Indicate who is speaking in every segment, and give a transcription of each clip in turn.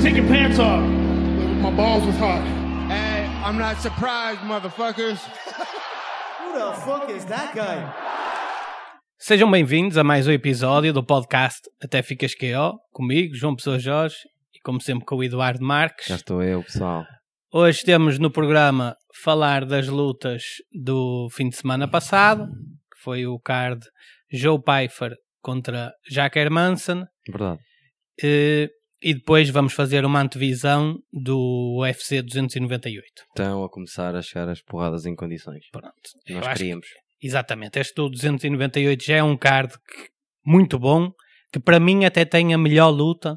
Speaker 1: take your pants off.
Speaker 2: My balls was hot. Hey, I'm not surprised, motherfuckers.
Speaker 3: Who the fuck is that guy?
Speaker 4: Sejam bem-vindos a mais um episódio do podcast Até Ficas QO, comigo, João Pessoa Jorge, e como sempre com o Eduardo
Speaker 5: Já
Speaker 4: Marques.
Speaker 5: estou eu, Então é pessoal.
Speaker 4: Hoje temos no programa falar das lutas do fim de semana passado, que foi o card Joe Pfeiffer contra Jack Hermanson,
Speaker 5: Verdade.
Speaker 4: eh, e depois vamos fazer uma antevisão do UFC 298.
Speaker 5: Estão a começar a chegar as porradas em condições.
Speaker 4: Pronto.
Speaker 5: que
Speaker 4: Eu
Speaker 5: Nós
Speaker 4: acho
Speaker 5: queríamos. É
Speaker 4: Exatamente, este do 298 já é um card que- muito bom, que para mim até tem a melhor luta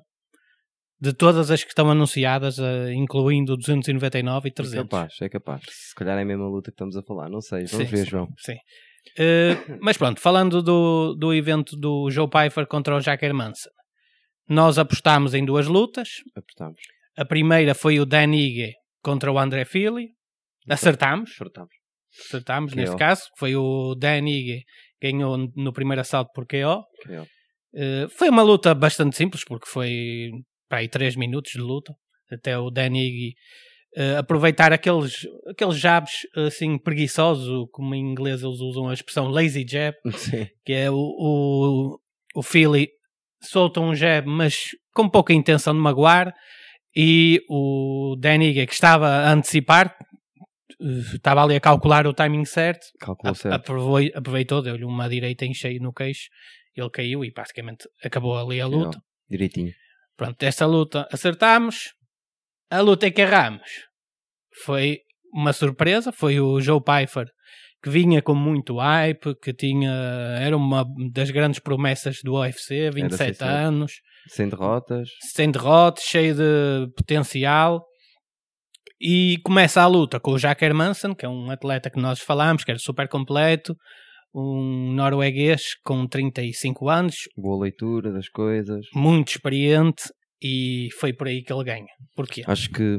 Speaker 4: de todas as que estão anunciadas, eh, incluindo o 299 e
Speaker 5: É
Speaker 4: 300.
Speaker 5: capaz, é capaz. Se calhar é a mesma luta que estamos a falar. Não sei. Vamos
Speaker 4: Sim,
Speaker 5: ver,
Speaker 4: sim,
Speaker 5: João.
Speaker 4: Sim. Eh, mas pronto, falando do, do evento do Joe Pfeiffer contra o Jack Hermanson, nós apostámos em duas lutas.
Speaker 5: Apertamos.
Speaker 4: A primeira foi o Dan Ige contra o André Fili. Acertámos.
Speaker 5: Apertamos.
Speaker 4: acertámos
Speaker 5: KO.
Speaker 4: neste caso. Foi o Dan Ige que ganhou no primeiro assalto por KO.
Speaker 5: Creio.
Speaker 4: Eh, foi uma luta bastante simples, porque foi para aí 3 minutos de luta, até o Dan Ige eh, aproveitar aqueles, aqueles jabs assim preguiçosos, o- como em inglês eles usam a expressão lazy jab,
Speaker 5: Sim.
Speaker 4: que é o, o, o Philly solta um jab, mas com pouca intenção de magoar, e o Dan Ige, que estava a antecipar, eh, estava ali a calcular o timing certo,
Speaker 5: Calculou
Speaker 4: Ap-
Speaker 5: certo.
Speaker 4: aprovoi- aproveitou, deu-lhe uma direita em cheio no queixo, ele caiu e praticamente acabou ali a luta.
Speaker 5: Creio. Direitinho.
Speaker 4: Pronto, esta luta acertámos. A luta em que erramos foi uma surpresa, foi o Joe Pfeiffer que vinha com muito hype, que tinha era uma das grandes promessas do UFC, 27
Speaker 5: sim, senhor.
Speaker 4: anos,
Speaker 5: Sem derrotas.
Speaker 4: sem derrotas, cheio de potencial. E começa a luta com o Jack Hermansen, que é um atleta que nós falámos, que era super completo, um norueguês com 35 anos,
Speaker 5: Boa leitura das coisas.
Speaker 4: muito experiente, e foi por aí que ele ganha. Porquê?
Speaker 5: Acho que.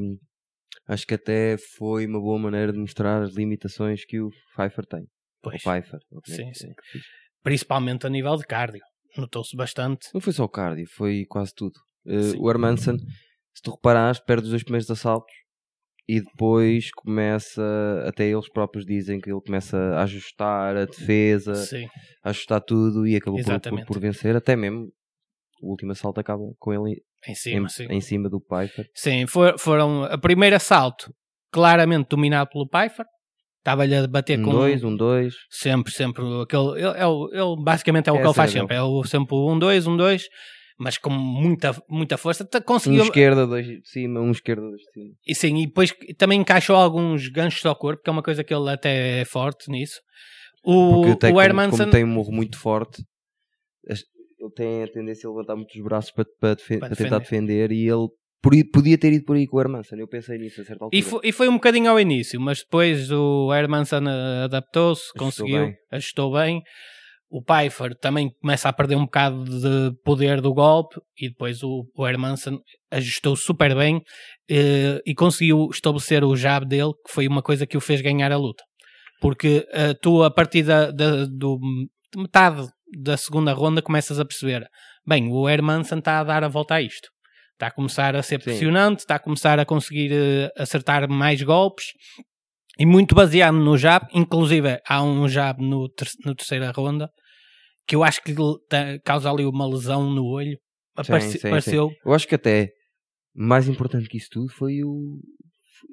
Speaker 5: Acho que até foi uma boa maneira de mostrar as limitações que o Pfeiffer tem. O
Speaker 4: Pois,
Speaker 5: Pfeiffer. ok?
Speaker 4: Sim, sim. principalmente a nível de cardio. Notou-se bastante.
Speaker 5: Não foi só o cardio, foi quase tudo. Eh,
Speaker 4: Sim.
Speaker 5: o Hermanson, se tu reparares, perde os dois primeiros assaltos e depois começa, até eles próprios dizem que ele começa a ajustar a defesa,
Speaker 4: Sim.
Speaker 5: a ajustar tudo e acabou por- por,
Speaker 4: Exatamente.
Speaker 5: por vencer. Até mesmo o último assalto acaba com ele
Speaker 4: Em
Speaker 5: em,
Speaker 4: cima, sim.
Speaker 5: em cima do Pfeiffer.
Speaker 4: Sim, for- foram. A primeiro assalto, claramente dominado pelo Pfeiffer. Estava-lhe a bater
Speaker 5: Um
Speaker 4: com.
Speaker 5: dois, um dois.
Speaker 4: Sempre, sempre. Aquele, ele, é o- ele basicamente é o
Speaker 5: É
Speaker 4: que ele faz
Speaker 5: assim,
Speaker 4: sempre. É o, sempre um, dois, um, dois, mas com muita, muita força. T-
Speaker 5: Um
Speaker 4: Conseguiu.
Speaker 5: esquerda, dois de cima, um esquerda, dois de cima.
Speaker 4: e sim, e depois também encaixou alguns ganchos ao corpo, que é uma coisa que ele até é forte nisso. O,
Speaker 5: Porque até
Speaker 4: o
Speaker 5: como,
Speaker 4: Hermanson.
Speaker 5: como tem um morro muito forte, as- ele tem a tendência a levantar muitos braços para, para, defen-
Speaker 4: Para
Speaker 5: para tentar defender e ele por i- podia ter ido por aí com o Hermanson. Eu pensei nisso a certa altura.
Speaker 4: E fo- e foi, um bocadinho ao início, mas depois o Hermanson eh, adaptou-se,
Speaker 5: Ajustou
Speaker 4: conseguiu,
Speaker 5: bem.
Speaker 4: ajustou bem. O Pfeiffer também começa a perder um bocado de poder do golpe e depois o, o Hermanson ajustou super bem eh, e conseguiu estabelecer o jab dele, que foi uma coisa que o fez ganhar a luta. Porque eh, tu, a partir da, da- do, de metade da segunda ronda, começas a perceber: bem, o Hermanson está a dar a volta a isto. Está a começar a ser
Speaker 5: Sim.
Speaker 4: pressionante, está a começar a conseguir eh, acertar mais golpes e muito baseado no jab. Inclusive, há um jab no, ter no terceira ronda que eu acho que lhe ta- causa ali uma lesão no olho. Aparece-
Speaker 5: sim, sim.
Speaker 4: Apareceu
Speaker 5: Eu acho que até mais importante que isso tudo foi o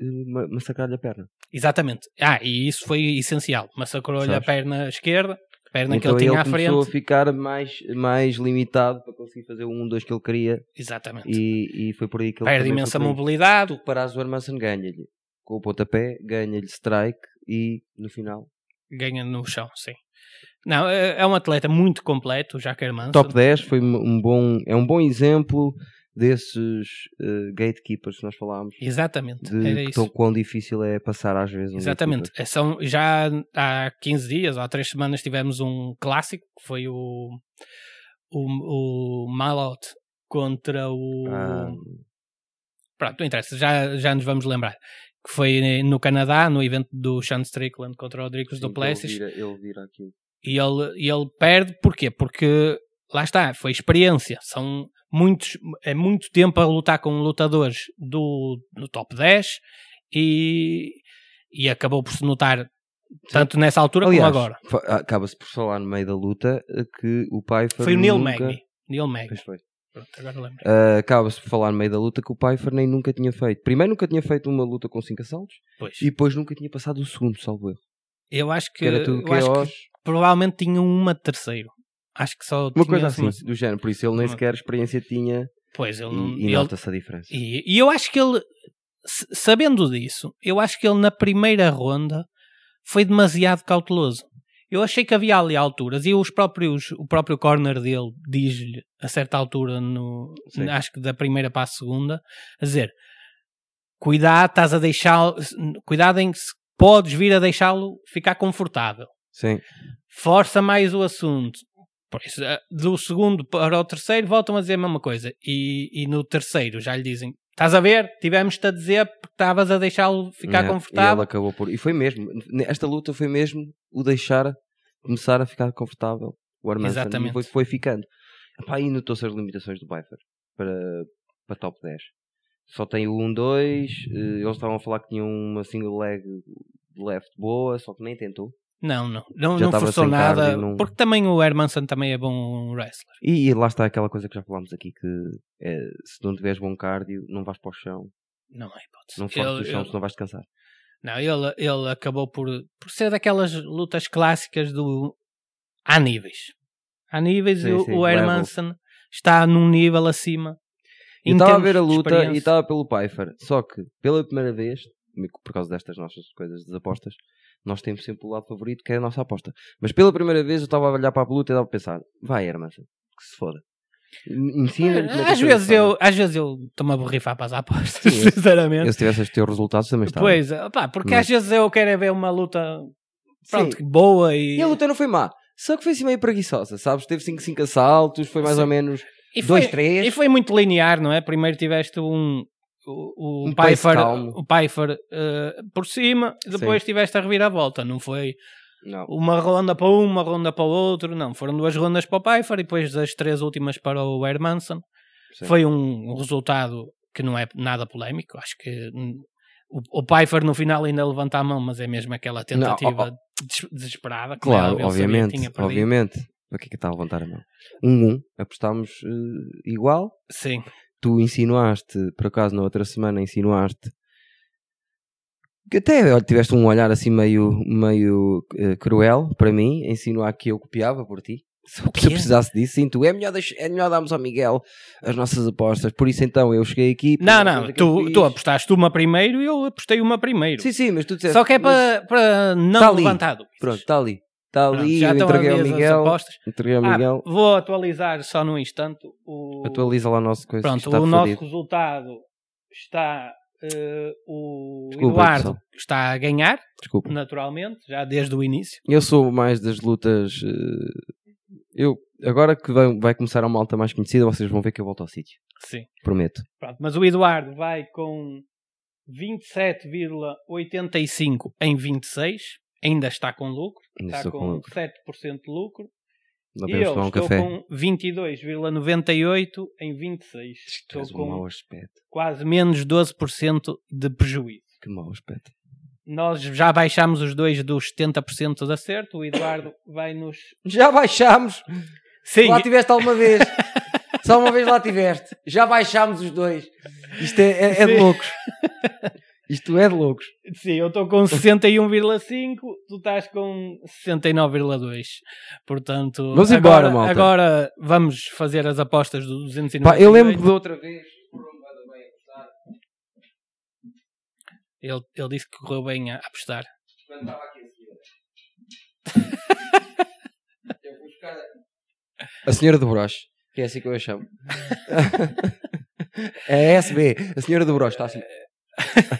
Speaker 5: eh, ma- massacrar-lhe a perna.
Speaker 4: Exatamente. Ah, e isso foi essencial. Massacrou-lhe a
Speaker 5: Sabes?
Speaker 4: perna esquerda, a perna
Speaker 5: então
Speaker 4: que ele
Speaker 5: ele
Speaker 4: tinha à frente.
Speaker 5: começou a ficar mais, mais limitado para conseguir fazer o 1-2 que ele queria
Speaker 4: Exatamente.
Speaker 5: e, e foi por aí que ele
Speaker 4: Perde
Speaker 5: também
Speaker 4: imensa
Speaker 5: foi por aí.
Speaker 4: mobilidade.
Speaker 5: Tu parares o Hermanson ganha-lhe com o pontapé, ganha-lhe strike e no final
Speaker 4: Ganha no chão, sim. Não, é é um atleta muito completo, o Jack Hermanson.
Speaker 5: top 10 foi um um bom, é um bom exemplo desses eh, gatekeepers que nós falámos.
Speaker 4: Exatamente. Era
Speaker 5: De
Speaker 4: isso.
Speaker 5: que tão, quão difícil é passar às vezes. um
Speaker 4: Exatamente. É, São, já há 15 dias, ou há 3 semanas, tivemos um clássico, que foi o, o, o Malot contra o...
Speaker 5: gatekeeper. Ah,
Speaker 4: Pronto, não interessa, já, já nos vamos lembrar. Que foi no Canadá, no evento do Sean Strickland contra o Rodrigues
Speaker 5: sim,
Speaker 4: do Plessis.
Speaker 5: Ele vira, ele vira aquilo.
Speaker 4: E ele, e ele perde porquê? Porque lá está, foi experiência. São muitos, é muito tempo a lutar com lutadores do, do top 10 e, e acabou por se notar tanto nessa altura
Speaker 5: Aliás,
Speaker 4: como agora.
Speaker 5: fa- ah, acaba-se por falar no meio da luta eh, que o Pfeiffer
Speaker 4: Foi o Neil
Speaker 5: nunca...
Speaker 4: Magny. Neil Magny.
Speaker 5: Pois foi.
Speaker 4: Pronto, agora lembro.
Speaker 5: Ah, acaba-se por falar no meio da luta que o Pfeiffer nem nunca tinha feito. Primeiro nunca tinha feito uma luta com 5 assaltos
Speaker 4: Pois.
Speaker 5: e depois nunca tinha passado o segundo, salvo erro.
Speaker 4: Eu acho que,
Speaker 5: Que é era tudo
Speaker 4: eu acho que
Speaker 5: KOs.
Speaker 4: provavelmente tinha uma de terceiro. Acho que só
Speaker 5: Uma
Speaker 4: tinha
Speaker 5: coisa
Speaker 4: assim uma-
Speaker 5: assim, do género. Por isso ele nem
Speaker 4: Uma-
Speaker 5: sequer experiência tinha
Speaker 4: Pois, ele, não-
Speaker 5: e, e
Speaker 4: ele-
Speaker 5: nota-se a diferença.
Speaker 4: E, e eu acho que ele, s- sabendo disso, eu acho que ele na primeira ronda foi demasiado cauteloso. Eu achei que havia ali alturas e os próprios, o próprio corner dele diz-lhe a certa altura, no,
Speaker 5: Sim.
Speaker 4: acho que da primeira para a segunda, a dizer: cuidado, estás a deixar, cuidado em que se- podes vir a deixá-lo ficar confortável
Speaker 5: Sim,
Speaker 4: força mais o assunto. Por isso, eh, do segundo para o terceiro, voltam a dizer a mesma coisa. E, e no terceiro já lhe dizem: estás a ver? Tivemos-te a dizer porque estavas a deixá-lo ficar
Speaker 5: Yeah, É, E ele
Speaker 4: confortável.
Speaker 5: acabou por. E foi mesmo. n- Esta luta foi mesmo o deixar começar a ficar confortável. O Armanson
Speaker 4: Exatamente.
Speaker 5: E foi, foi ficando. Epá, e notou-se as limitações do Pfeiffer para, para top 10. Só tem o 1-2. eh, Eles estavam a falar que tinham uma single leg left boa, só que nem tentou.
Speaker 4: Não, não, não,
Speaker 5: Já
Speaker 4: não
Speaker 5: estava
Speaker 4: forçou
Speaker 5: sem cardio,
Speaker 4: nada.
Speaker 5: não-
Speaker 4: Porque também o Hermanson também é bom wrestler.
Speaker 5: E, e lá está aquela coisa que já falámos aqui: que é, se não tiveres bom cardio, não vais para o chão.
Speaker 4: Não é hipótese.
Speaker 5: Não fores do
Speaker 4: Ele-
Speaker 5: chão,
Speaker 4: ele-
Speaker 5: senão vais descansar.
Speaker 4: Não, ele, ele acabou por, por ser daquelas lutas clássicas do há níveis. Há níveis
Speaker 5: Sim,
Speaker 4: e o,
Speaker 5: sim,
Speaker 4: o
Speaker 5: level.
Speaker 4: Hermanson está num nível acima. Em
Speaker 5: Eu estava a
Speaker 4: termos
Speaker 5: ver a
Speaker 4: de
Speaker 5: luta e
Speaker 4: experiência.
Speaker 5: estava pelo Pfeiffer. Só que, pela primeira vez, por causa destas nossas coisas das apostas, nós temos sempre o lado favorito que é a nossa aposta. Mas pela primeira vez eu estava a olhar para a luta e estava a pensar: vai, Hermanson, que se foda. Ensina
Speaker 4: Às vezes, eu, às vezes eu estou-me a borrifar para as apostas,
Speaker 5: Sim, eu-
Speaker 4: sinceramente.
Speaker 5: Eu, se tivesse os teus resultados, também estava.
Speaker 4: Pois, opá, porque
Speaker 5: Mas-
Speaker 4: às vezes eu quero é ver uma luta
Speaker 5: Sim.
Speaker 4: pronto, boa e,
Speaker 5: E a luta não foi má. Só que foi assim meio preguiçosa, sabes? Teve 5 5 assaltos, foi mais
Speaker 4: Sim.
Speaker 5: ou menos
Speaker 4: e, foi,
Speaker 5: 2, 3.
Speaker 4: e foi muito linear, não é? Primeiro tiveste um o, o
Speaker 5: Um pace
Speaker 4: Pfeiffer,
Speaker 5: calmo.
Speaker 4: o Pfeiffer eh, por cima, depois tiveste a reviravolta, não foi
Speaker 5: Não.
Speaker 4: uma ronda para um, uma ronda para o outro, não, foram duas rondas para o Pfeiffer e depois as três últimas para o Hermanson.
Speaker 5: Sim.
Speaker 4: Foi um, um resultado que não é nada polémico, acho que hum, o, o Pfeiffer no final ainda levanta a mão, mas é mesmo aquela tentativa
Speaker 5: Não,
Speaker 4: des- desesperada, que
Speaker 5: Claro,
Speaker 4: ele sabia que
Speaker 5: obviamente.
Speaker 4: tinha perdido.
Speaker 5: Obviamente. Para que é que está a levantar a mão? 1-1, um, um, apostámos eh, igual.
Speaker 4: Sim,
Speaker 5: tu insinuaste, por acaso na outra semana insinuaste que até olha, tiveste um olhar assim meio, meio eh, cruel para mim, a insinuar que eu copiava por ti. Se eu
Speaker 4: quê?
Speaker 5: precisasse disso, sim, tu é melhor, deix- é melhor darmos ao Miguel as nossas apostas. Por isso então eu cheguei aqui.
Speaker 4: não,
Speaker 5: primeira
Speaker 4: não,
Speaker 5: coisa que eu
Speaker 4: tu,
Speaker 5: fiz-
Speaker 4: tu apostaste uma primeiro e eu apostei uma primeiro,
Speaker 5: Sim, sim, mas tu disseste.
Speaker 4: só que é
Speaker 5: mas-
Speaker 4: para, para não
Speaker 5: Tá ali.
Speaker 4: levantar dúvidas.
Speaker 5: Pronto, está ali. Está
Speaker 4: Pronto,
Speaker 5: ali,
Speaker 4: já
Speaker 5: eu
Speaker 4: estão
Speaker 5: entreguei ao
Speaker 4: ali as
Speaker 5: Miguel.
Speaker 4: apostas.
Speaker 5: Entreguei ao
Speaker 4: Ah,
Speaker 5: Miguel.
Speaker 4: vou atualizar só num instante o,
Speaker 5: Atualiza lá o nosso coisa.
Speaker 4: Pronto,
Speaker 5: que está
Speaker 4: o nosso
Speaker 5: fodido.
Speaker 4: resultado está. eh, o
Speaker 5: Desculpa,
Speaker 4: Eduardo
Speaker 5: pessoal.
Speaker 4: está a ganhar,
Speaker 5: Desculpa.
Speaker 4: naturalmente, já desde o início.
Speaker 5: Eu sou mais das lutas. eh, Eu, agora que vai, vai começar uma malta mais conhecida, vocês vão ver que eu volto ao sítio.
Speaker 4: Sim.
Speaker 5: Prometo.
Speaker 4: Pronto, mas o Eduardo vai com 27,85 em 26, ainda está com lucro,
Speaker 5: Ainda
Speaker 4: está
Speaker 5: estou
Speaker 4: Tá com,
Speaker 5: com lucro.
Speaker 4: 7% de lucro.
Speaker 5: Não
Speaker 4: E
Speaker 5: podemos
Speaker 4: eu
Speaker 5: tomar um
Speaker 4: estou
Speaker 5: café.
Speaker 4: com 22,98 em 26.
Speaker 5: Tu
Speaker 4: Estou
Speaker 5: és um mau
Speaker 4: com
Speaker 5: aspecto.
Speaker 4: quase menos 12% de prejuízo.
Speaker 5: Que mau aspecto.
Speaker 4: Nós já baixámos os dois dos 70% de acerto. O Eduardo vai nos.
Speaker 5: Já baixámos!
Speaker 4: Sim,
Speaker 5: Lá tiveste alguma vez. Só uma vez lá tiveste. Já baixámos os dois. Isto é, é- é de
Speaker 4: Sim.
Speaker 5: loucos. Isto é de loucos.
Speaker 4: sim eu estou com 61,5, tu estás com 69,2. Portanto,
Speaker 5: Vamos
Speaker 4: agora,
Speaker 5: embora, malta.
Speaker 4: agora vamos fazer as apostas do 298.
Speaker 5: Pá, eu lembro da outra vez.
Speaker 4: Ele, ele disse que correu bem a apostar.
Speaker 5: Quando estava aqui a senhora. eu vou buscar a... a senhora do broche, que é assim que eu a chamo. é a SB, a senhora do broche, está assim.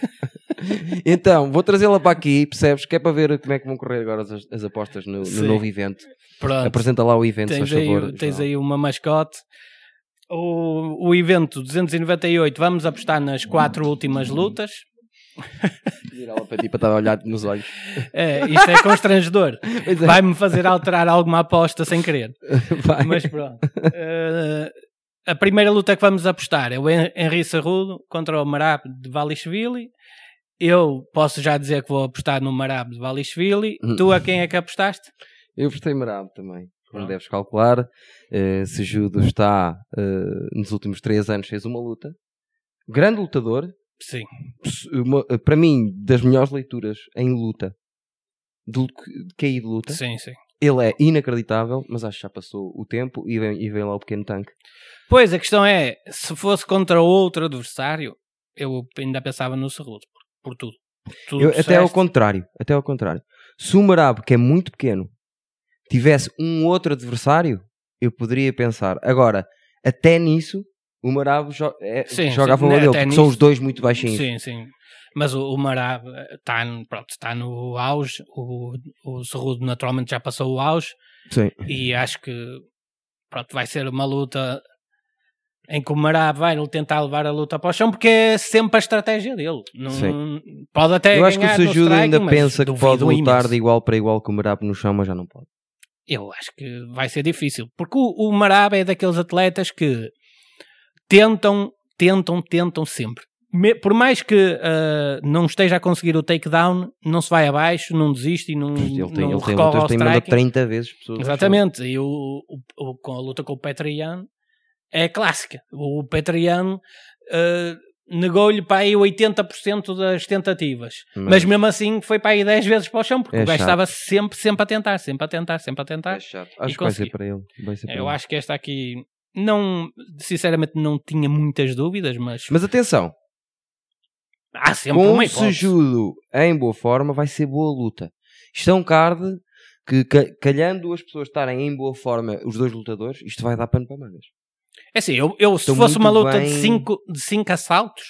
Speaker 5: então, vou trazê-la para aqui, percebes? Que é para ver como é que vão correr agora as, as apostas no, no
Speaker 4: Sim.
Speaker 5: novo evento.
Speaker 4: Pronto,
Speaker 5: Apresenta lá o evento, se
Speaker 4: tens,
Speaker 5: faz favor.
Speaker 4: aí, um- tens
Speaker 5: João.
Speaker 4: aí uma mascote. O, o evento 298, vamos apostar nas quatro últimas lutas.
Speaker 5: Virá-la para ti para estar a olhar nos olhos.
Speaker 4: É, isto é constrangedor.
Speaker 5: Pois é,
Speaker 4: Vai-me fazer alterar alguma aposta sem querer.
Speaker 5: vai.
Speaker 4: Mas pronto. Eh, A primeira luta que vamos apostar é o Hen- Henry Cerrudo contra o Marab de Valishvili. Eu posso já dizer que vou apostar no Marab de Valishvili.
Speaker 5: Hum.
Speaker 4: Tu a quem é que apostaste?
Speaker 5: Eu gostei marado também. Como
Speaker 4: Pronto.
Speaker 5: deves calcular, eh, se Judo está eh, nos últimos três anos fez uma luta. Grande lutador,
Speaker 4: Sim.
Speaker 5: Pss- uma- eh, para mim, das melhores leituras em luta, de, lu- de KI de luta.
Speaker 4: Sim, sim.
Speaker 5: Ele é inacreditável, mas acho que já passou o tempo e vem, e vem lá o pequeno tanque.
Speaker 4: Pois, a questão é, se fosse contra outro adversário, eu ainda pensava no Cerrudo, por, por tudo. Por tudo
Speaker 5: Eu-
Speaker 4: que
Speaker 5: até ao
Speaker 4: disseste.
Speaker 5: contrário, até ao contrário. Se o Marab, que é muito pequeno, tivesse um outro adversário, eu poderia pensar. Agora, até nisso, o Marab jo- é-
Speaker 4: Sim,
Speaker 5: joga a
Speaker 4: sim, né,
Speaker 5: favor
Speaker 4: até
Speaker 5: dele, porque são
Speaker 4: nisso.
Speaker 5: os dois muito baixinhos.
Speaker 4: Sim, sim. Mas o, o Marab está pronto, está no auge, o, o Cerrudo naturalmente já passou o auge
Speaker 5: Sim.
Speaker 4: e acho que pronto, vai ser uma luta em que o Marab vai tentar levar a luta para o chão porque é sempre a estratégia dele. Não, Pode até
Speaker 5: Eu acho que o
Speaker 4: É, ganhar no
Speaker 5: Sejudo
Speaker 4: striking,
Speaker 5: ainda
Speaker 4: mas
Speaker 5: pensa que
Speaker 4: duvido um
Speaker 5: pode lutar
Speaker 4: imenso.
Speaker 5: de igual para igual com o Marab no chão, mas já não pode.
Speaker 4: Eu acho que vai ser difícil. Porque o, o Marab é daqueles atletas que tentam, tentam, tentam sempre. Me- por mais que ah, não esteja a conseguir o takedown, não se vai abaixo, não desiste e não,
Speaker 5: Ele tem, ele tem
Speaker 4: não recorre
Speaker 5: lutas
Speaker 4: ao
Speaker 5: que tem mandado
Speaker 4: striking.
Speaker 5: 30 vezes pessoas. no chão.
Speaker 4: Exatamente. E o, o- o- com a luta com o Petrian é clássica. O Petrian ah, negou-lhe para aí 80% das tentativas. Mas mesmo assim foi para aí 10 vezes para o chão, porque
Speaker 5: É
Speaker 4: o gajo
Speaker 5: chato.
Speaker 4: estava sempre, sempre a tentar, sempre a tentar, sempre a tentar.
Speaker 5: É chato. Acho que vai
Speaker 4: conseguiu.
Speaker 5: ser para ele. Vai ser para
Speaker 4: É, Eu
Speaker 5: ele.
Speaker 4: acho que esta aqui não, sinceramente não tinha muitas dúvidas, mas,
Speaker 5: Mas atenção,
Speaker 4: há sempre
Speaker 5: com
Speaker 4: uma
Speaker 5: o
Speaker 4: um hipótese.
Speaker 5: Sejudo em boa forma, vai ser boa luta. Isto é um card que, ca- calhando as pessoas estarem em boa forma, os dois lutadores, isto vai dar pano para mangas.
Speaker 4: É assim, eu, eu, se
Speaker 5: Estou
Speaker 4: fosse uma
Speaker 5: muito
Speaker 4: luta de
Speaker 5: bem.
Speaker 4: 5 de cinco assaltos,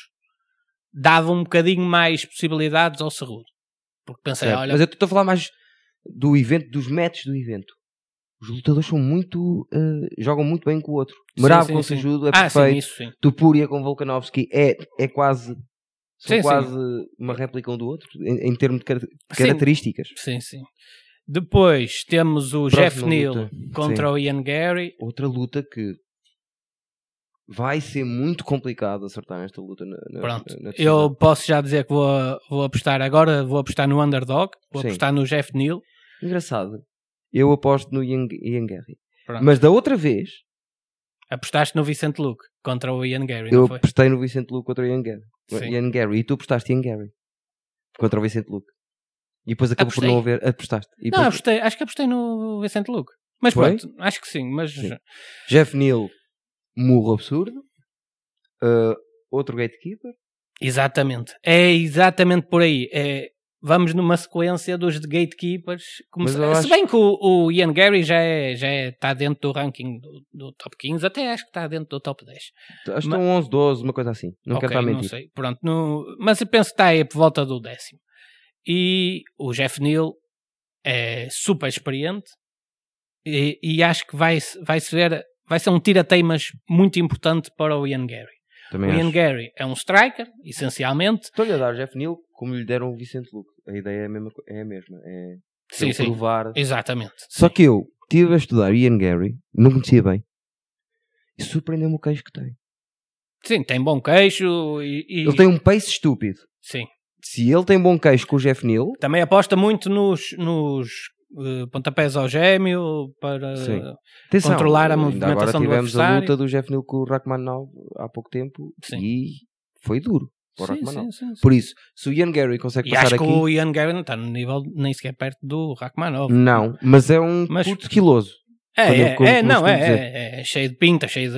Speaker 4: dava um bocadinho mais possibilidades ao Cerrudo. Porque pensei,
Speaker 5: Certo?
Speaker 4: olha,
Speaker 5: Mas eu estou a falar mais do evento, dos matches do evento. Os lutadores são muito. eh, jogam muito bem com o outro.
Speaker 4: Sim,
Speaker 5: Marab
Speaker 4: sim,
Speaker 5: com
Speaker 4: sim.
Speaker 5: Sejudo é
Speaker 4: ah, sim,
Speaker 5: perfeito.
Speaker 4: isso sim.
Speaker 5: Tupuria com Volkanovski é, é quase.
Speaker 4: Sim,
Speaker 5: São
Speaker 4: sim.
Speaker 5: quase uma réplica um do outro, em, em termos de car-
Speaker 4: Sim.
Speaker 5: características.
Speaker 4: Sim, sim. Depois temos o
Speaker 5: Próxima
Speaker 4: Jeff Neal
Speaker 5: luta.
Speaker 4: contra o Ian Gary.
Speaker 5: outra luta que vai ser muito complicado acertar nesta luta. Na, na-
Speaker 4: Pronto,
Speaker 5: na decisão.
Speaker 4: eu posso já dizer que vou, vou apostar agora, vou apostar no Underdog, vou
Speaker 5: Sim.
Speaker 4: apostar no Jeff Neal.
Speaker 5: Engraçado, eu aposto no Ian, Ian Gary.
Speaker 4: Pronto.
Speaker 5: Mas da outra vez,
Speaker 4: Apostaste no Vicente Luke contra o Ian Gary,
Speaker 5: eu
Speaker 4: não foi?
Speaker 5: apostei no Vicente Luke contra o Ian Gary.
Speaker 4: Sim.
Speaker 5: Ian Gary. E tu apostaste Ian Gary contra o Vicente Luke. E depois acabou por
Speaker 4: Apostei.
Speaker 5: não haver. Apostaste. E
Speaker 4: Não,
Speaker 5: depois-
Speaker 4: apostei- acho que apostei no Vicente Luque. Mas
Speaker 5: Foi?
Speaker 4: pronto, acho que sim. Mas
Speaker 5: Sim. Jeff Neal, murro absurdo. Uh, outro gatekeeper.
Speaker 4: exatamente, é exatamente por aí. É, vamos numa sequência dos de gatekeepers. Começa-
Speaker 5: Mas eu
Speaker 4: Se
Speaker 5: acho-
Speaker 4: bem que o, o Ian Gary já é, já é, está dentro do ranking do, do top 15, até acho que está dentro do top 10.
Speaker 5: Acho que é
Speaker 4: Ma-
Speaker 5: estão 11, 12, uma coisa assim. Não
Speaker 4: Ok,
Speaker 5: quero estar a
Speaker 4: Não
Speaker 5: mentir.
Speaker 4: sei. Pronto, no- mas eu penso que está aí por volta do décimo. E o Jeff Neal é super experiente e, e acho que vai, vai, ser, vai ser um tira-teimas muito importante para o Ian Gary.
Speaker 5: Também
Speaker 4: o Ian
Speaker 5: acho.
Speaker 4: Gary é um striker, essencialmente.
Speaker 5: Estou-lhe a dar Jeff Neal como lhe deram o Vicente Luque. A ideia é a mesma. co- É a mesma. É
Speaker 4: Sim,
Speaker 5: ele
Speaker 4: sim.
Speaker 5: provar.
Speaker 4: Exatamente.
Speaker 5: Só que eu estive a estudar Ian Gary, não conhecia bem, e surpreendeu-me o queixo que tem.
Speaker 4: Sim, tem bom queixo e. e-
Speaker 5: Ele tem um pace estúpido.
Speaker 4: Sim.
Speaker 5: Se ele tem bom queixo com o Jeff Neal,
Speaker 4: Também aposta muito nos, nos eh, pontapés ao gêmeo para.
Speaker 5: Sim. atenção,
Speaker 4: Controlar a
Speaker 5: ainda
Speaker 4: movimentação
Speaker 5: agora
Speaker 4: do
Speaker 5: tivemos a
Speaker 4: adversário.
Speaker 5: luta do Jeff Neal com o Rachmaninoff há pouco tempo
Speaker 4: Sim.
Speaker 5: e foi duro para o
Speaker 4: Sim,
Speaker 5: Rachmaninoff.
Speaker 4: sim, sim, sim.
Speaker 5: Por isso, se o Ian Gary consegue
Speaker 4: E
Speaker 5: passar
Speaker 4: acho que
Speaker 5: aqui,
Speaker 4: o Ian Gary não está no nível nem sequer perto do Rachmanov.
Speaker 5: não, mas é um
Speaker 4: Mas-
Speaker 5: puto quiloso.
Speaker 4: É,
Speaker 5: Quando-
Speaker 4: é,
Speaker 5: como-
Speaker 4: é,
Speaker 5: como
Speaker 4: não, é,
Speaker 5: costumo
Speaker 4: é, é cheio de pinta, cheio de.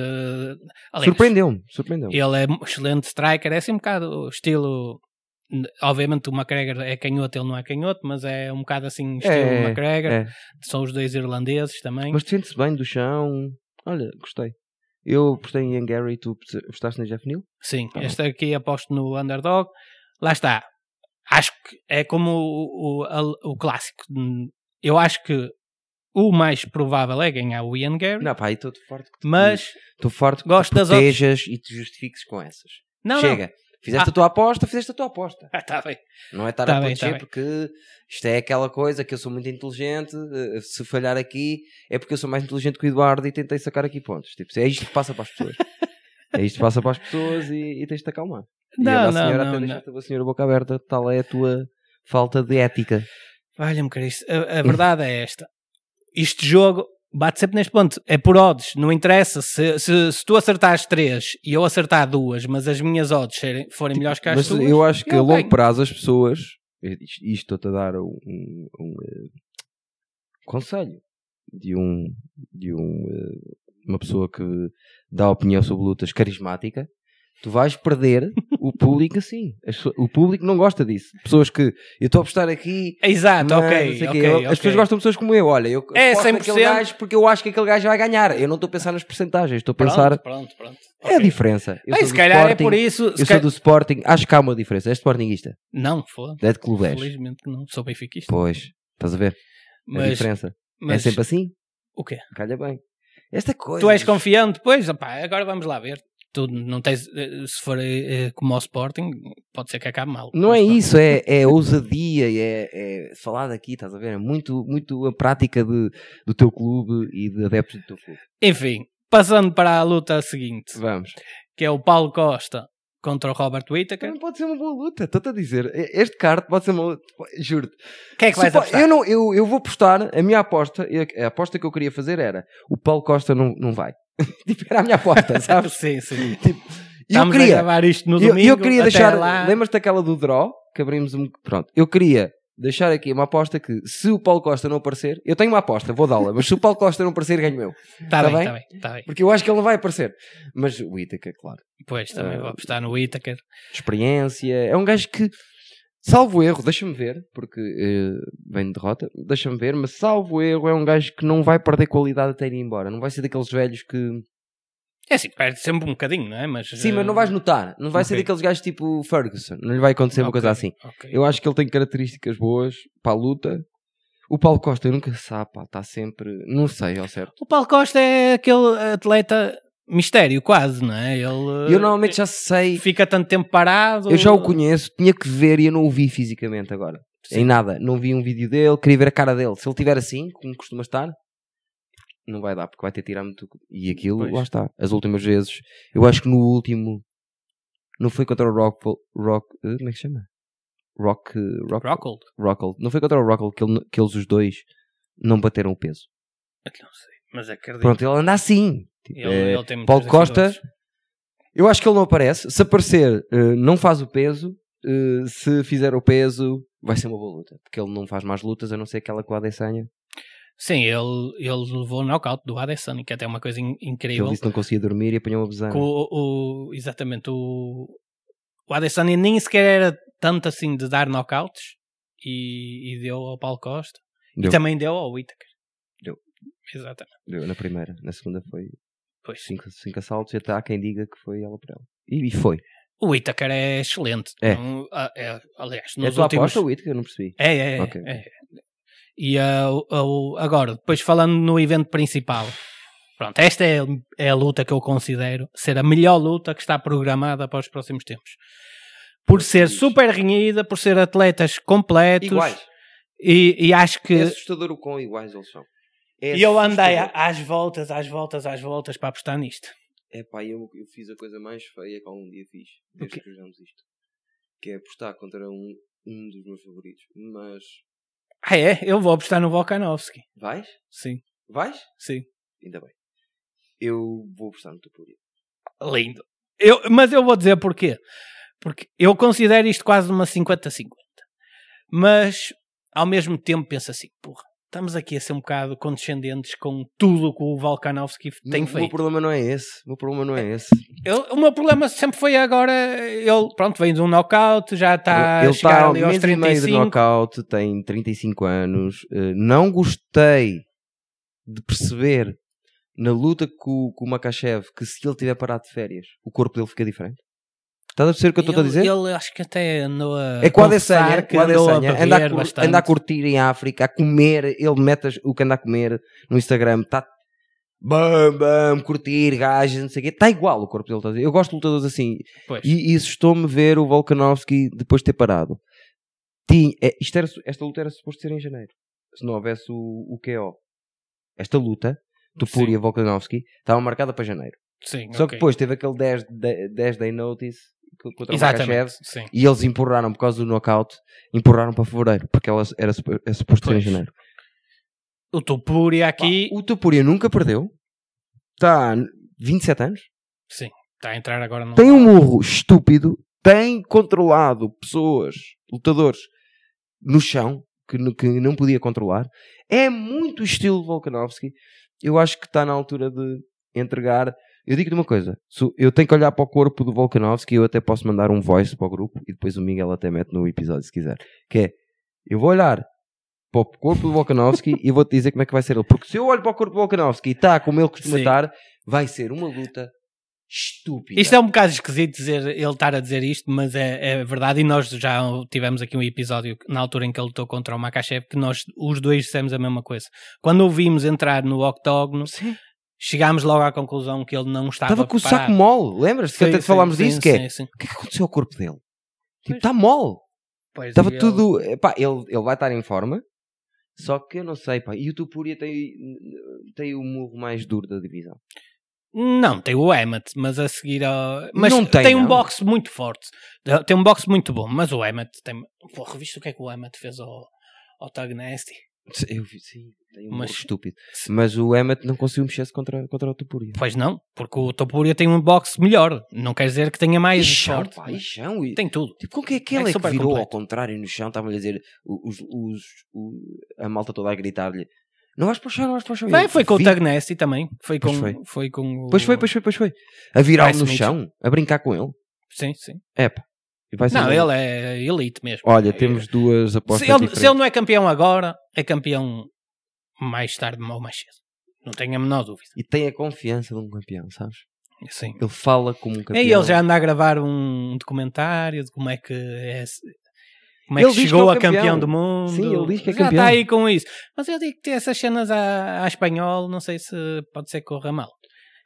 Speaker 4: Aliás,
Speaker 5: Surpreendeu-me, surpreendeu-me.
Speaker 4: Ele é um excelente striker, é assim um bocado o estilo. Obviamente o McGregor é canhoto, ele não é canhoto, mas é um bocado assim, estilo
Speaker 5: É,
Speaker 4: McGregor.
Speaker 5: é.
Speaker 4: São os dois irlandeses também.
Speaker 5: Mas sente-se bem do chão. Olha, gostei. Eu apostei em Ian Gary, tu apostaste na Jeff Neal?
Speaker 4: Sim,
Speaker 5: Tá bom.
Speaker 4: este aqui aposto no underdog. Lá está. Acho que é como o, o, a- o clássico. Eu acho que o mais provável é ganhar o Ian Gary,
Speaker 5: Não, pá, aí estou farto que te-
Speaker 4: mas
Speaker 5: estou farto que
Speaker 4: gosto
Speaker 5: te
Speaker 4: das
Speaker 5: protejas e te justifiques com essas.
Speaker 4: não, não,
Speaker 5: Chega. Fizeste a tua aposta, fizeste a tua aposta.
Speaker 4: Ah, tá bem.
Speaker 5: Não é estar
Speaker 4: Tá
Speaker 5: a
Speaker 4: bem, tá bem.
Speaker 5: proteger porque isto é aquela coisa que eu sou muito inteligente. eh, Se falhar aqui é porque eu sou mais inteligente que o Eduardo e tentei sacar aqui pontos. Tipo, é isto que passa para as pessoas. é isto que passa para as pessoas e, e tens de te acalmar. e a
Speaker 4: Não,
Speaker 5: Nossa
Speaker 4: não,
Speaker 5: senhora
Speaker 4: não.
Speaker 5: até
Speaker 4: não.
Speaker 5: deixaste a tua senhora boca aberta. Tal é a tua falta de ética.
Speaker 4: Olha-me, Cristo. A, a verdade é esta. Este jogo bate sempre neste ponto. É por odds. Não interessa se, se, se tu acertares três e eu acertar duas, mas as minhas odds serem- forem melhores que as
Speaker 5: Tipo, Mas
Speaker 4: tuas.
Speaker 5: eu acho que a
Speaker 4: eu
Speaker 5: longo
Speaker 4: ganho.
Speaker 5: prazo as pessoas. Isto isto estou-te a dar um, um- um, eh, conselho de, um, de um, eh, uma pessoa que dá opinião sobre lutas carismática. Tu vais perder o público assim. As pessoas- O público não gosta disso. Pessoas que eu estou a apostar aqui.
Speaker 4: Exato,
Speaker 5: mas não
Speaker 4: Ah, tá ok.
Speaker 5: sei o quê.
Speaker 4: ok,
Speaker 5: Eu-
Speaker 4: ok.
Speaker 5: As pessoas gostam de pessoas como eu. Olha, eu
Speaker 4: É,
Speaker 5: aposto naquele
Speaker 4: 100%.
Speaker 5: gajo porque eu acho que aquele gajo vai ganhar. Eu não estou a pensar nas percentagens, estou a
Speaker 4: Pronto,
Speaker 5: pensar.
Speaker 4: Pronto, pronto.
Speaker 5: É a
Speaker 4: Ok.
Speaker 5: diferença. Eu
Speaker 4: Bem,
Speaker 5: sou
Speaker 4: se
Speaker 5: do
Speaker 4: calhar é
Speaker 5: Sporting,
Speaker 4: por isso. se
Speaker 5: eu
Speaker 4: ca-
Speaker 5: sou do Sporting, acho que há uma diferença. És Sportingista,
Speaker 4: Não, foda.
Speaker 5: é de clube és.
Speaker 4: Felizmente não, sou benfiquista.
Speaker 5: Pois, estás a ver? a
Speaker 4: Mas,
Speaker 5: diferença.
Speaker 4: mas
Speaker 5: É sempre assim?
Speaker 4: o quê?
Speaker 5: Calha bem. Esta coisa.
Speaker 4: Tu és confiante? Pois, opá, agora vamos lá ver. Tu não tens, eh, se for eh, como ao Sporting, pode ser que acabe mal.
Speaker 5: Não é
Speaker 4: Mas pronto.
Speaker 5: isso, é, é ousadia, é, é falar daqui, estás a ver? É muito, muito a prática de, do teu clube e de adeptos do teu clube.
Speaker 4: Enfim, passando para a luta seguinte,
Speaker 5: Vamos.
Speaker 4: que é o Paulo Costa contra o Robert Whittaker.
Speaker 5: Também pode ser uma boa luta, estou-te a dizer. Este card pode ser uma luta, Tipo, juro-te.
Speaker 4: Quem é que vais
Speaker 5: Supo-
Speaker 4: apostar?
Speaker 5: Eu, não, eu, eu vou apostar, a minha aposta, eu- a aposta que eu queria fazer era o Paulo Costa não, não vai. tipo, era a minha aposta, sabes?
Speaker 4: sim, sim.
Speaker 5: Tipo, e eu
Speaker 4: Estamos a
Speaker 5: queria,
Speaker 4: gravar isto no
Speaker 5: eu,
Speaker 4: domingo.
Speaker 5: eu queria
Speaker 4: até
Speaker 5: deixar,
Speaker 4: lá.
Speaker 5: lembras-te daquela do draw, que abrimos um, pronto, eu queria deixar aqui uma aposta que se o Paulo Costa não aparecer, eu tenho uma aposta, vou dá-la, mas se o Paulo Costa não aparecer, ganho eu.
Speaker 4: Está
Speaker 5: tá
Speaker 4: bem,
Speaker 5: bem?
Speaker 4: está bem, está bem.
Speaker 5: Porque eu acho que ele não vai aparecer. Mas o Ítaca, claro.
Speaker 4: Pois, também
Speaker 5: Ah.
Speaker 4: vou apostar no Whittaker.
Speaker 5: de experiência. É um gajo que, salvo erro, deixa-me ver, porque eh, vem de derrota, deixa-me ver, mas salvo erro, é um gajo que não vai perder qualidade até ir embora. Não vai ser daqueles velhos que.
Speaker 4: É assim, perde sempre um bocadinho, não é? Mas,
Speaker 5: Sim, mas não vais notar. Não vai ser
Speaker 4: Ok.
Speaker 5: daqueles gajos tipo Ferguson. Não lhe vai
Speaker 4: eh,
Speaker 5: acontecer uma coisa assim. Eu acho que ele tem características boas para a luta. O Paulo Costa, eu nunca sabe, pá, está sempre. Não sei ao certo.
Speaker 4: O Paulo Costa é aquele atleta mistério, quase, não é? Ele
Speaker 5: Eu normalmente já sei.
Speaker 4: fica tanto tempo parado.
Speaker 5: Eu já o conheço, tinha que ver e eu não o vi fisicamente agora. Em nada. Não vi um vídeo dele, queria ver a cara dele. Se ele tiver assim, como costuma estar, não vai dar, porque vai ter que tirar muito. E aquilo,
Speaker 4: Pois.
Speaker 5: lá está. As últimas vezes, eu acho que no último. Não foi contra o Rock. Rock eh, como é que se chama? Rock. eh, Rock,
Speaker 4: Rockhold.
Speaker 5: Rockhold. Não foi contra o Rockhold que, ele- que eles os dois não bateram o peso.
Speaker 4: Eu não sei, mas acredito.
Speaker 5: Pronto, ele anda assim. Tipo,
Speaker 4: Ele,
Speaker 5: é,
Speaker 4: ele tem muitos
Speaker 5: Paulo Costa,
Speaker 4: defensores.
Speaker 5: eu acho que ele não aparece. Se aparecer, eh, não faz o peso. Eh, se fizer o peso, vai ser uma boa luta. Porque ele não faz mais lutas, a não ser aquela com a Adesanya.
Speaker 4: Sim, ele, ele levou o knockout do Adesanya, que é até uma coisa in-
Speaker 5: Que ele
Speaker 4: incrível.
Speaker 5: disse que não conseguia dormir e apanhou uma
Speaker 4: Com
Speaker 5: besana.
Speaker 4: o, o- exatamente, o, o Adesanya nem sequer era tanto assim de dar knockouts e, e deu ao Paulo Costa. E
Speaker 5: Deu.
Speaker 4: também deu ao Whittaker.
Speaker 5: Deu.
Speaker 4: Exatamente.
Speaker 5: Deu Na primeira. Na segunda foi
Speaker 4: Pois.
Speaker 5: cinco, cinco assaltos. E até há quem diga que foi ela por ela. E, e foi.
Speaker 4: O Whittaker é excelente.
Speaker 5: É.
Speaker 4: Não- ah, é, aliás,
Speaker 5: É a
Speaker 4: nos
Speaker 5: tua
Speaker 4: últimos...
Speaker 5: aposta, Whittaker? Eu não percebi.
Speaker 4: É, é, é,
Speaker 5: Ok.
Speaker 4: é. E ah, o- o- agora, depois falando no evento principal, pronto, esta é, é a luta que eu considero ser a melhor luta que está programada para os próximos tempos. Por ser
Speaker 5: Isso.
Speaker 4: super renhida, por ser atletas completos E, e acho que.
Speaker 5: É assustador o quão iguais eles são. É
Speaker 4: E eu andei a-
Speaker 5: assustador.
Speaker 4: às voltas, às voltas, às voltas para apostar nisto.
Speaker 5: É pá, eu, eu fiz a coisa mais feia que algum dia fiz, desde que jogamos isto. Que é apostar contra um, um dos meus favoritos. Mas.
Speaker 4: Ah, é? Eu vou apostar no Volkanovski.
Speaker 5: Vais?
Speaker 4: Sim,
Speaker 5: Vais?
Speaker 4: sim.
Speaker 5: Ainda bem. Eu vou apostar no teu público.
Speaker 4: Lindo. Eu, mas eu vou dizer porquê. Porque eu considero isto quase uma 50-50. Mas, ao mesmo tempo, penso assim, porra, estamos aqui a ser um bocado condescendentes com tudo o que o Volkanovski tem
Speaker 5: o meu
Speaker 4: feito.
Speaker 5: problema não é esse. O meu problema não é esse.
Speaker 4: Eu- o meu problema sempre foi agora, ele, pronto, vem de um knockout, já está tá a
Speaker 5: ele
Speaker 4: chegar
Speaker 5: está um
Speaker 4: ali aos
Speaker 5: mês e meio de
Speaker 4: 35.
Speaker 5: knockout, tem 35 anos. Eh, Não gostei de perceber na luta com, o- com o Makachev que se ele tiver parado de férias, o corpo dele fica diferente. Estás a perceber é o que eu estou a
Speaker 4: Ele-
Speaker 5: dizer?
Speaker 4: Ele acho que até andou a.
Speaker 5: É com a
Speaker 4: confessar
Speaker 5: Adesanya,
Speaker 4: que
Speaker 5: com a
Speaker 4: andou a
Speaker 5: Adesanya.
Speaker 4: beber
Speaker 5: Anda, a cur-
Speaker 4: bastante.
Speaker 5: anda a curtir em África, a comer, ele mete as- o que anda a comer no Instagram, tá, bam, bam, curtir, gajas, não sei o quê. Está igual o corpo dele. tá a dizer. Eu gosto de lutadores assim.
Speaker 4: Pois.
Speaker 5: E, e assustou-me ver o Volkanovski depois de ter parado. Tinha, é, isto era su- esta luta era suposto ser em janeiro. Se não houvesse o, o KO. Esta luta, Tupur
Speaker 4: Sim.
Speaker 5: e Volkanovski, estava marcada para janeiro.
Speaker 4: Sim,
Speaker 5: Só
Speaker 4: ok.
Speaker 5: que depois teve aquele 10, de- 10 day notice co- contra o Makachev.
Speaker 4: Exatamente. Sim.
Speaker 5: E eles empurraram por causa do knockout, empurraram para fevereiro, porque ela era supo- é suposto ser em
Speaker 4: Pois.
Speaker 5: janeiro.
Speaker 4: O Topuri aqui
Speaker 5: O Tupuria nunca perdeu. Tá, Está 27 anos.
Speaker 4: está a entrar agora no.
Speaker 5: Tem um murro estúpido. Tem controlado pessoas, lutadores, no chão, que, n- que não podia controlar. É muito estilo Volkanovski. Eu acho que está na altura de entregar. Eu digo-te uma coisa. se eu tenho que olhar para o corpo do Volkanovski. Eu até posso mandar um voice para o grupo. E depois o Miguel até mete no episódio, se quiser. Que é, eu vou olhar para o corpo do Volkanovski e vou-te dizer como é que vai ser ele. Porque se eu olho para o corpo do Volkanovski e está como ele costuma
Speaker 4: Sim.
Speaker 5: estar, vai ser uma luta estúpida.
Speaker 4: Isto é um bocado esquisito dizer, ele estar a dizer isto, mas é, é verdade. E nós já tivemos aqui um episódio na altura em que ele lutou contra o Makachev que nós os dois dissemos a mesma coisa. Quando o vimos entrar no octógono,
Speaker 5: Sim.
Speaker 4: chegámos logo à conclusão que ele não estava.
Speaker 5: Estava com o
Speaker 4: preparado.
Speaker 5: saco mole, lembras-te? Que
Speaker 4: Sim,
Speaker 5: até
Speaker 4: sim,
Speaker 5: falámos
Speaker 4: sim,
Speaker 5: disso, que
Speaker 4: sim,
Speaker 5: é,
Speaker 4: sim.
Speaker 5: o que é que aconteceu ao corpo dele? Tipo,
Speaker 4: Pois.
Speaker 5: está mole.
Speaker 4: Pois,
Speaker 5: Estava
Speaker 4: e ele-
Speaker 5: tudo... Epá, ele, ele vai estar em forma, só que eu não sei, pá. E o Tupuria tem, tem o murro mais duro da divisão.
Speaker 4: Não, tem o Emmet, mas a seguir ao... Mas
Speaker 5: Não tem,
Speaker 4: um
Speaker 5: não.
Speaker 4: boxe muito forte. Tem um boxe muito bom, mas o Emmet tem... Porra, viste o que é que o Emmet fez ao, ao Tag Nasty?
Speaker 5: Eu vi, sim, tem um
Speaker 4: Mas-
Speaker 5: murro estúpido. Mas o Emmett não conseguiu mexer-se contra, contra o Tupuria.
Speaker 4: Pois não, porque o Topuria tem um boxe melhor. Não quer dizer que tenha mais
Speaker 5: chão,
Speaker 4: forte.
Speaker 5: pá, e chão. E...
Speaker 4: um Tem tudo.
Speaker 5: Tipo, como que é aquele
Speaker 4: É
Speaker 5: é que
Speaker 4: super
Speaker 5: virou ao
Speaker 4: completo.
Speaker 5: contrário no chão? Estavam a dizer os, os, o- a malta toda a gritar-lhe: Não vais para o chão, não vais para o chão.
Speaker 4: Bem,
Speaker 5: Eu
Speaker 4: foi com
Speaker 5: vi-
Speaker 4: o Tag Nasty também. Foi com,
Speaker 5: Pois
Speaker 4: foi.
Speaker 5: foi.
Speaker 4: com o...
Speaker 5: Pois foi, pois foi, pois foi. A virar
Speaker 4: Bryce
Speaker 5: no
Speaker 4: Mitchell.
Speaker 5: chão, a brincar com ele.
Speaker 4: Sim, sim.
Speaker 5: É, pá. E vai ser
Speaker 4: Não,
Speaker 5: um-
Speaker 4: ele é elite mesmo.
Speaker 5: Olha, temos duas apostas.
Speaker 4: Se ele,
Speaker 5: diferentes.
Speaker 4: se ele não é campeão agora, é campeão mais tarde ou mais cedo. Não tenho a menor dúvida.
Speaker 5: E tem a confiança de um campeão, sabes?
Speaker 4: Sim.
Speaker 5: Ele fala como um campeão.
Speaker 4: E ele já anda a gravar um documentário de como é que é. Como é
Speaker 5: Ele
Speaker 4: que
Speaker 5: diz que
Speaker 4: chegou
Speaker 5: é
Speaker 4: a campeão.
Speaker 5: campeão.
Speaker 4: do mundo?
Speaker 5: Sim, ele diz que é
Speaker 4: Já
Speaker 5: campeão.
Speaker 4: está aí com isso. Mas eu digo que tem essas cenas a, a espanhol, não sei se pode ser que corra mal.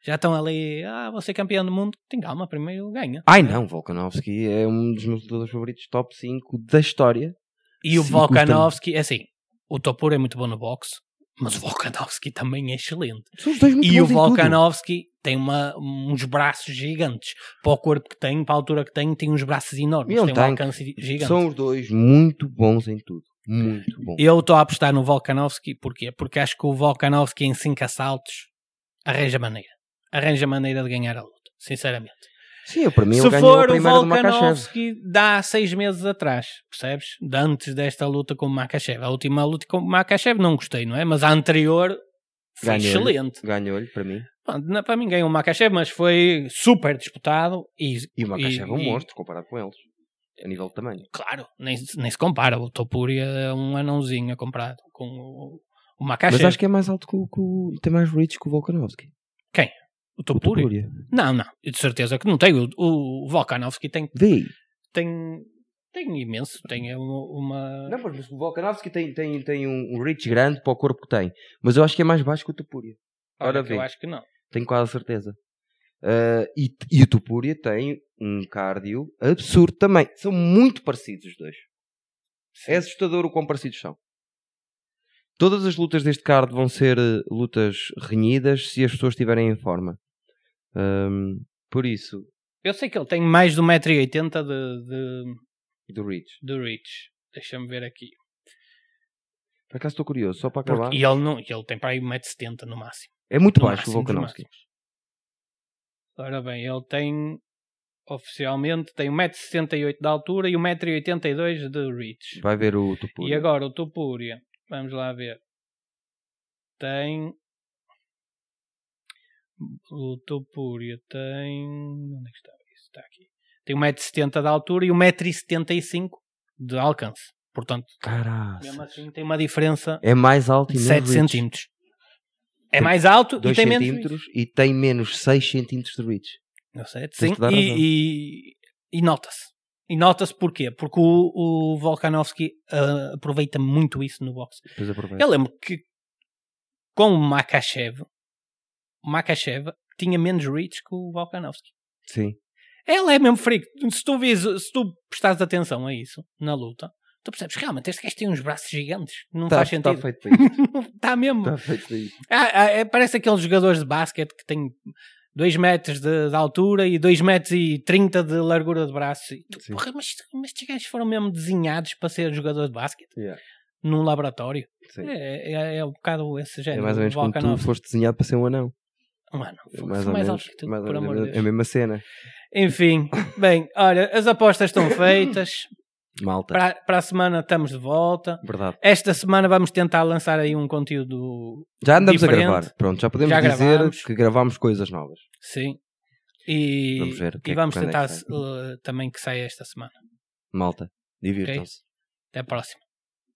Speaker 4: Já estão ali, ah, vou ser campeão do mundo. Tem calma, primeiro ganha.
Speaker 5: Ai não, Volkanovski é um dos meus lutadores favoritos, top 5 da história.
Speaker 4: E o
Speaker 5: Sim,
Speaker 4: Volkanovski, é assim, o Topor é muito bom no boxe, mas o Volkanovski também é excelente.
Speaker 5: São os dois muito
Speaker 4: E o
Speaker 5: bons em tudo.
Speaker 4: Volkanovski tem uma, uns braços gigantes. Para o corpo que tem, para a altura que tem, tem uns braços enormes.
Speaker 5: E é um
Speaker 4: tem um
Speaker 5: tanque.
Speaker 4: alcance gigante.
Speaker 5: São os dois muito bons em tudo. Muito bom.
Speaker 4: Tipo, Eu estou a apostar no Volkanovski, porquê? Porque acho que o Volkanovski em 5 assaltos arranja maneira. Arranja maneira de ganhar a luta, sinceramente.
Speaker 5: Sim, eu, para mim
Speaker 4: Se
Speaker 5: ele ganhou a
Speaker 4: for o
Speaker 5: primeira do Makachev.
Speaker 4: Volkanovski de há 6 meses atrás, percebes? De antes desta luta com o Makachev. A última luta com o Makachev não gostei, não é? Mas a anterior foi
Speaker 5: Ganhou-lhe.
Speaker 4: excelente.
Speaker 5: Ganhou-lhe, para mim.
Speaker 4: Pronto, não- é Para mim ganhou o Makachev, mas foi super disputado e,
Speaker 5: E o Makachev é um
Speaker 4: e-
Speaker 5: monstro comparado com eles. A nível de tamanho.
Speaker 4: Claro, nem, nem se compara. O Topuria é um anãozinho a comparado com o, o
Speaker 5: Mas
Speaker 4: Makachev.
Speaker 5: acho que é mais alto que o. que o- Tem mais reach que o Volkanovski.
Speaker 4: O
Speaker 5: O
Speaker 4: Topuria.
Speaker 5: Topuria.
Speaker 4: Não, não. Eu de certeza que não tem. O, o Volkanovski tem,
Speaker 5: Vê aí.
Speaker 4: tem, tem imenso. Tem uma.
Speaker 5: Não, pois, mas o Volkanovski tem, tem, tem um um reach grande para o corpo que tem. Mas eu acho que é mais baixo que o Tupuria. Ora
Speaker 4: Olha que
Speaker 5: vê,
Speaker 4: eu acho que não.
Speaker 5: tenho quase certeza. Ah, e, e o Tupuria tem um cardio absurdo também. São muito parecidos os dois. É assustador o quão parecidos são. Todas as lutas deste card vão ser eh, lutas renhidas se as pessoas estiverem em forma. Ahm, por isso,
Speaker 4: Eu sei que ele tem mais de 1,80m de, de,
Speaker 5: do reach.
Speaker 4: de reach. Deixa-me ver aqui.
Speaker 5: Por acaso estou curioso, só para
Speaker 4: Porque-
Speaker 5: acabar.
Speaker 4: e ele, não, e ele tem para aí 1,70m no máximo.
Speaker 5: É muito
Speaker 4: No
Speaker 5: baixo
Speaker 4: máximo
Speaker 5: o
Speaker 4: dos
Speaker 5: Volkanovski.
Speaker 4: máximos. Ora bem, ele tem. Oficialmente tem 1,78m de altura e 1,82m de reach.
Speaker 5: Vai ver o Tupuria.
Speaker 4: E agora o Topúria, vamos lá ver. Tem. O Topúria tem. Onde é que está? isso? Está aqui. Tem 1,70m de altura e 1,75m de alcance. Portanto, mesmo
Speaker 5: Caraca.
Speaker 4: assim tem uma diferença
Speaker 5: É mais alto e
Speaker 4: de
Speaker 5: menos
Speaker 4: 7
Speaker 5: reach.
Speaker 4: centímetros. É mais alto e
Speaker 5: 2
Speaker 4: tem menos.
Speaker 5: centímetros e tem menos 6 centímetros de reach.
Speaker 4: Não sei,
Speaker 5: Tens
Speaker 4: sim.
Speaker 5: de dar razão.
Speaker 4: E, e- e nota-se. E nota-se porquê? Porque o, o Volkanovski ah, aproveita muito isso no boxe.
Speaker 5: Depois aproveita.
Speaker 4: Eu lembro que com o Makachev Makachev tinha menos reach que o Volkanovski.
Speaker 5: Sim.
Speaker 4: Ela é mesmo freak. Se tu, vis, se tu prestares atenção a isso na luta, tu percebes realmente este gajo tem uns braços gigantes. Não
Speaker 5: Tá-
Speaker 4: faz
Speaker 5: Tá
Speaker 4: sentido.
Speaker 5: feito Tá para isto.
Speaker 4: Está mesmo.
Speaker 5: Está feito para isto.
Speaker 4: Ah, ah, é- parece aqueles jogadores de basquete que têm 2 metros de, de altura e 2 metros e 30 de largura de braço. E tu,
Speaker 5: Sim.
Speaker 4: porra, mas, mas estes gajos foram mesmo desenhados para ser jogadores de basquete
Speaker 5: Yeah.
Speaker 4: num laboratório.
Speaker 5: Sim.
Speaker 4: É, é, é um bocado esse
Speaker 5: É
Speaker 4: género.
Speaker 5: mais ou menos como tu
Speaker 4: Volkanov.
Speaker 5: foste desenhado para ser um anão.
Speaker 4: Mano,
Speaker 5: É
Speaker 4: foi-
Speaker 5: mais
Speaker 4: foi
Speaker 5: ou
Speaker 4: mais
Speaker 5: menos.
Speaker 4: alto que tu,
Speaker 5: mais ou
Speaker 4: por amor
Speaker 5: menos É
Speaker 4: de
Speaker 5: a
Speaker 4: Deus.
Speaker 5: mesma cena.
Speaker 4: Enfim, bem, olha, as apostas estão
Speaker 5: Tá.
Speaker 4: feitas.
Speaker 5: Malta.
Speaker 4: Para, para a semana estamos de volta.
Speaker 5: Verdade.
Speaker 4: Esta semana vamos tentar lançar aí um conteúdo.
Speaker 5: Já andamos
Speaker 4: Diferente.
Speaker 5: a gravar. Pronto, já podemos
Speaker 4: Já
Speaker 5: dizer
Speaker 4: gravámos.
Speaker 5: que gravámos coisas novas.
Speaker 4: Sim. E
Speaker 5: Vamos ver o que
Speaker 4: e
Speaker 5: é que-
Speaker 4: vamos
Speaker 5: quando é que
Speaker 4: tentar
Speaker 5: sai.
Speaker 4: eh, também que saia esta semana.
Speaker 5: Malta, divirtam-se.
Speaker 4: Até a próxima.